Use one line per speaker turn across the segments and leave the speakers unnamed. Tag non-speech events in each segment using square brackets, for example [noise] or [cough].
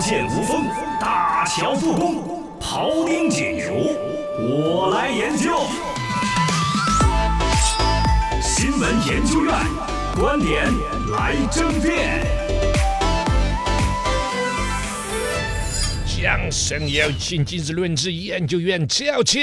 剑无锋，大桥复工，庖丁解牛，我来研究。新闻研究院观点来争辩。
相声有请今日论之研究员俏俏。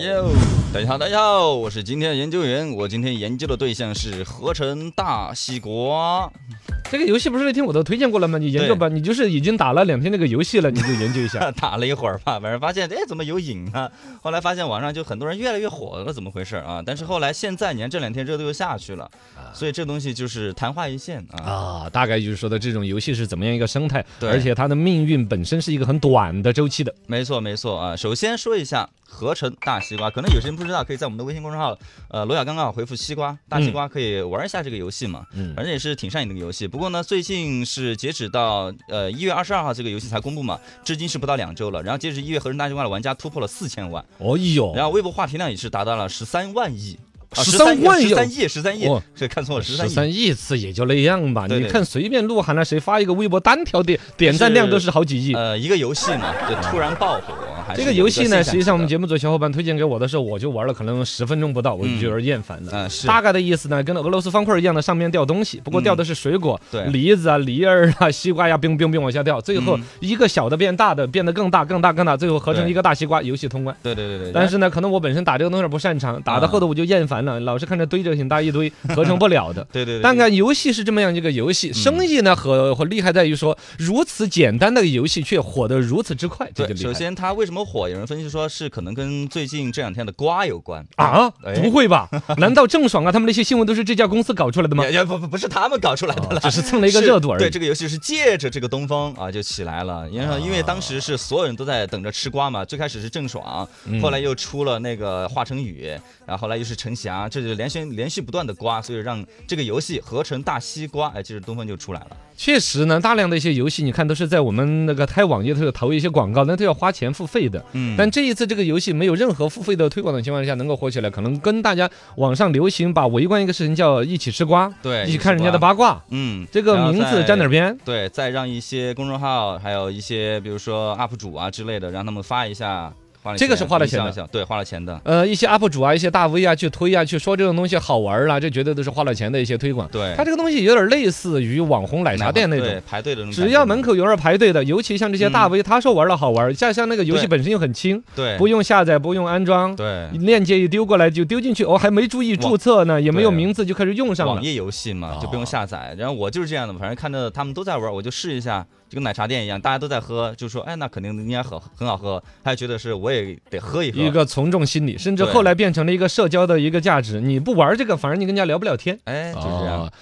哟，大家好，大家好，我是今天的研究员。我今天研究的对象是合成大西瓜。 [laughs]
这个游戏不是那天我都推荐过了吗？你研究吧，你就是已经打了两天那个游戏了，你就研究一下。
打了一会儿吧，反正发现哎怎么有瘾啊？后来发现网上就很多人越来越火了，怎么回事啊？但是后来现在你看这两天热度又下去了，所以这东西就是昙花一现
[laughs]
啊。
啊，大概就是说的这种游戏是怎么样一个生态，
对
而且它的命运本身是一个很短的周期的。
没错没错啊，首先说一下合成大西瓜，可能有些人不知道，可以在我们的微信公众号呃罗小刚刚好回复西瓜大西瓜可以玩一下这个游戏嘛，
嗯
反正也是挺上瘾的一个游戏。不过呢，最近是截止到呃一月二十二号这个游戏才公布嘛，至今是不到两周了。然后截止一月合成大西瓜的玩家突破了四千万，
哦哟，
然后微博话题量也是达到了十三万亿。啊
13万亿
十三亿，十三亿
哇，
这看错了，十
十
三亿。
三亿次也就那样吧。
对
你
对
看随便鹿晗啊，谁发一个微博，单条点点赞量都是好几亿。
呃，一个游戏嘛，就突然爆火。还是
这个
有
游
一
戏呢，
现
实
象
际上我
级
们
的
节目组小伙伴推荐给我的时候，我就玩了可能十分钟不到，我就有点厌烦了。
嗯是嗯
大概的意思呢，跟俄罗斯方块一样的，上面掉东西，不过掉的是水果，
对
梨子啊、梨儿啊、 [laughs] 西瓜呀，冰冰冰往下掉，最后
嗯
一个小的变大的，变得更大、更大、更大，最后合成
对
一个大西瓜，游戏通关。
对对对啊对。
但是呢，可能我本身打这个东西儿不擅长，打到后头我就厌烦了，老是看着堆着挺大一
[laughs]。
堆，合成不了的
对对对，嗯
但看游戏是这么样一个游戏，生意呢和和厉害在于说，如此简单的游戏却火得如此之快，这就
对，
厉害
首
了。
先它为什么火？有人分析说是可能跟最近这两天的瓜有关。
啊
哎，
不会
[laughs]
吧？难道郑爽啊，他们那些新闻都是这家公司搞出来的吗
也？也不不不是他们搞出来的啦，
啊只是蹭了一个
是
热度而已
对，。这个游戏是借着这个东风啊就起来了，因为因为当时是所有人都在等着吃瓜嘛，最开始是郑爽，
嗯
后来又出了那个华晨宇，然后后来又是陈翔，这就连续连续不断的瓜，所以让这个游戏合成大西瓜，哎，就是东风就出来了。
确实呢，大量的一些游戏，你看都是在我们那个开网页的时候投一些广告，那都要花钱付费的。
嗯
但这一次这个游戏没有任何付费的推广的情况下，能够火起来，可能跟大家网上流行把围观一个事情叫一起吃瓜，
对
一起看人家的八卦，
嗯，
这个
然后
名字
再
沾哪儿边？
对，再让一些公众号，还有一些比如说 UP 主啊之类的，让他们发一下，花了
这个是花了
营销
钱的
一下对，花了钱的，
呃，一些 UP 主啊，一些大 V 啊，去推啊，去说这种东西好玩儿啦，这绝对都是花了钱的一些推广。
对啊
它这个东西有点类似于网红奶茶店那种
对，排队的那种感觉，
只要门口有人排队的，尤其像这些大
嗯
V，他说玩了好玩，像像那个游戏
对
本身又很轻，
对
不用下载，不用安装，
对
链接一丢过来就丢进去，哦，还没注意注册呢，也没有
对
名字就开始用上哦
网
了。
页游戏嘛，就不用下载。然后我就是这样的，反正看着他们都在玩，我就试一下，就跟奶茶店一样，大家都在喝，就说哎，那肯定应该很很好喝，还觉得是我也得喝一喝。
一个从众心理，甚至
对
后来变成了一个社交的一个价值。你不玩这个，反而你跟人家聊不了天。
哎，就是这样。
哦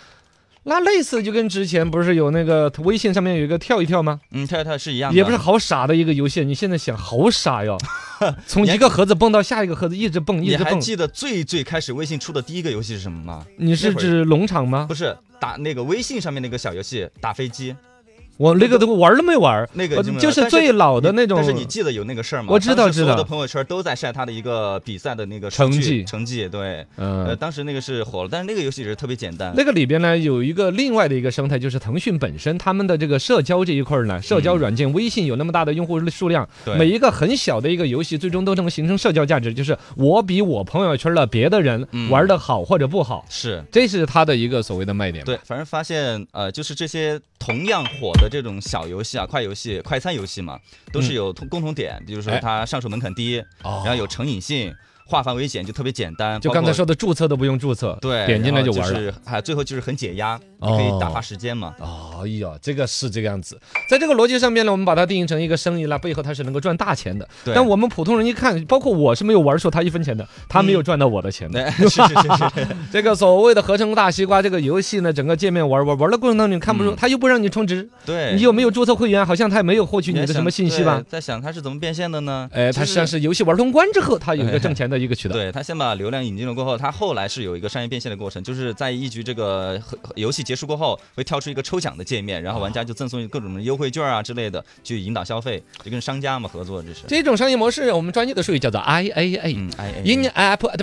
那类似就跟之前不是有那个微信上面有一个跳一跳吗？
嗯，跳一跳是一样的，
也不是好傻的一个游戏。你现在想，好傻
[laughs]
哟，从一个盒子蹦到下一个盒子，一直蹦，一
你
直
还
蹦。
记得最最开始微信出的第一个游戏是什么吗？
你是
那会儿
指农场吗？
不是打那个微信上面那个小游戏打飞机，
我那个都玩都没玩，
那个
呃
已经没有
就
了但
是
是
最老的
你
那种
但。是你记得有那个事儿吗？
我知道
当时所有
知道
的朋友圈都在晒他的一个比赛的那个
成
数据
绩
成绩对。呃，
嗯，
当时那个是火了，但是那个游戏也是特别简单。
那个里边呢有一个另外的一个生态，就是腾讯本身他们的这个社交这一块儿呢，社交软件微信有那么大的用户数量，
嗯对
每一个很小的一个游戏，最终都能形成社交价值，就是我比我朋友圈的别的人
嗯
玩的好或者不好，
是
这是它的一个所谓的卖点。
对，反正发现呃，就是这些同样火的这种小游戏啊、快游戏、快餐游戏嘛，都是有同共同点，比如说
嗯哎
它上手门槛低，
哦
然后有成瘾性，化繁为简就特别简单。
就
包括
刚才说的注册都不用注册，
对，
点进来
然后
玩了。
是还最后就是很解压，你可以打发时间嘛。
哦，哎呦，这个是这个样子，在这个逻辑上面呢，我们把它定义成一个生意，那背后它是能够赚大钱的。
对
但我们普通人一看，包括我是没有玩出他一分钱的，他没有
嗯
赚到我的钱的。
对， [laughs] 是是是
[laughs]
是，
这个所谓的合成大西瓜这个游戏呢，整个界面玩玩玩的过程当中，你看不出，
嗯
他又不让你充值，
对。
你有没有注册会员？好像他也没有获取
你
你
在
的什
想
么信息
对
吧？
在想它是怎么变现的呢？
哎，
其
他实际上
实哎
是游戏玩通关之后，他有一个挣钱的一个渠道。
对他先把流量引进了过后，他后来是有一个商业变现的过程，就是在一局这个和游戏结结束过后会跳出一个抽奖的界面，然后玩家就赠送各种优惠券啊之类的，去引导消费，就跟商家嘛合作，这是。
这种商业模式，我们专业的术语叫做 IAA
嗯。，I 哎 A
In app advertisement，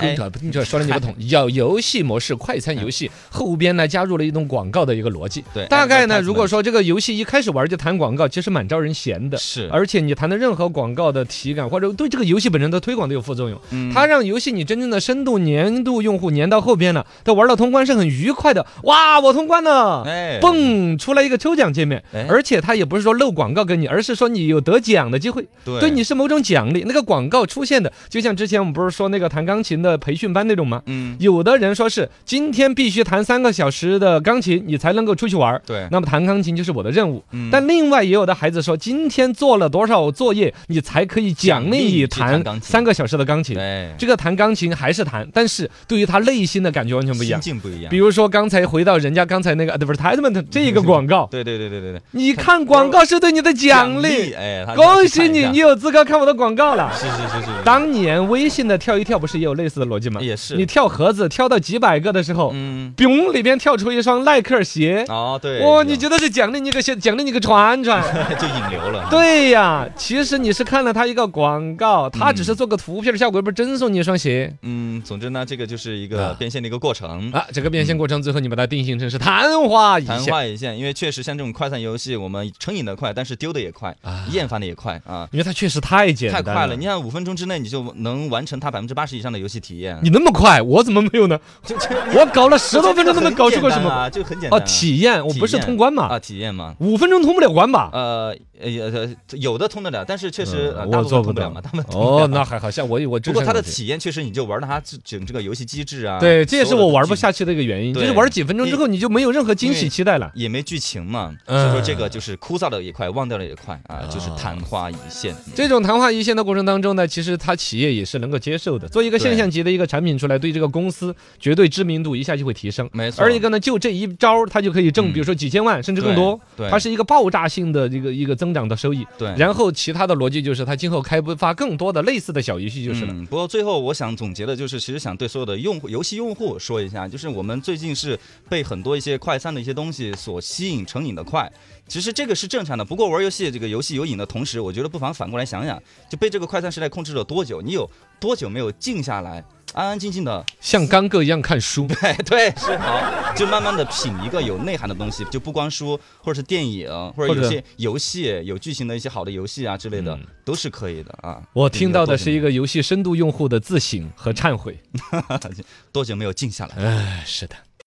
In app
你这说了你
[laughs]
不懂，叫游戏模式快餐游戏后边呢加入了一种广告的一个逻辑。
对哎
大概呢，
advertisement
如果说这个游戏一开始玩就谈广告，其实蛮招人嫌的。
是，
而且你谈的任何广告的体感，或者对这个游戏本身的推广都有副作用。
嗯
它让游戏你真正的深度粘度用户粘到后边了，它玩到通关是很愉快的。哇，我通关了！
哎，
蹦出来一个抽奖界面
哎，
而且它也不是说漏广告给你，而是说你有得奖的机会，
对
对你是某种奖励。那个广告出现的，就像之前我们不是说那个弹钢琴的培训班那种吗？
嗯，
有的人说是今天必须弹三个小时的钢琴，你才能够出去玩儿。
对，
那么弹钢琴就是我的任务。
嗯
但另外也有的孩子说，今天做了多少作业，你才可以奖励你
奖励你去弹
弹
钢琴
三个小时的钢琴。
对，
这个弹钢琴还是弹，但是对于他内心的感觉完全不一样
心。境不一样
比。如说刚才回到人家刚才那个 advertisement 这个广告，
对对对对对对，
你看广告是对你的奖励，
哎，他
恭喜你，
他看一
你
下
有资格看我的广告了。
是是是是，
当年微信的跳一跳不是也有类似的逻辑吗？
也是
你跳盒子跳到几百个的时候，
嗯，
biu 里边跳出一双耐克鞋，
哦对，
哇，你
有
觉得是奖励你个鞋，奖励你个穿穿。
[laughs] 就引流了，
对呀，其实你是看了他一个广告，他只是做个图片效果，不是真送你一双鞋。
嗯，总之呢，这个就是一个
啊
变现的一个过程。
啊，这个变现过程最后你把它定性成是昙花一
嗯昙
现，
花一现，因为确实像这种快餐游戏，我们成瘾的快，但是丢的也快，厌烦的也快啊，
因为它确实太简
太
单
快了！你看五分钟之内，你就能完成它百分之八十以上的游戏体验，
你那么快，我怎么没有
[laughs]
呢？
就这
我搞了十多分钟都没搞出过什么。
啊，就很简
哦，
单啊。
体验，我不是
体验
通关嘛，
啊，体验嘛。
五分钟通不了关吧？
呃，呃，呃有的通得了，但是确实、呃
嗯
大
我
部分
做
通
不
了
到
嘛，他们通 [laughs] 不
哦
了，
那还好像我我
不过它的
体
体验确实，你就玩到它这整这个游戏机制啊，
对，这也是
所有的
我玩不
东西
下去的一个原因，
对
就是玩几分钟之后你就没有任何惊喜期待了。
也没剧情嘛，
嗯哦
所以说这个就是枯燥的也快，忘掉了也快啊，就是昙花一现。
这种昙花一现的过程当中呢，其实它企业也是能够接受的。做一个现象级的一个产品出来，对这个公司绝对知名度一下就会提升。
没错，嗯
而一个呢，就这一招，它就可以挣，比如说几千万甚至更多，
对对嗯
它是一个爆炸性的一个一个增长的收益。
对
然后其他的逻辑就是它今后开发更多的类似的小游戏就是了。
嗯。不过最后我想总结的就是，其实想对所有的用户、游戏用户说一下，就是我们最近是被很多一些快餐的一些东西所吸引、成瘾的快。其实这个是正常的，不过玩游戏这个游戏有瘾的同时，我觉得不妨反过来想想，就被这个快餐时代控制了多久？你有多久没有静下来，安安静静的
像刚哥一样看书，
哎，
[laughs]
对，是好，就慢慢的品一个有内涵的东西，就不光书，或者是电影，或者
或者嗯
有些游戏有剧情的一些好的游戏啊之类的，都是可以的啊。
我听到的是一
个
个游戏深度用户的自省和忏悔。
多久没有静下来了。
哎，是的。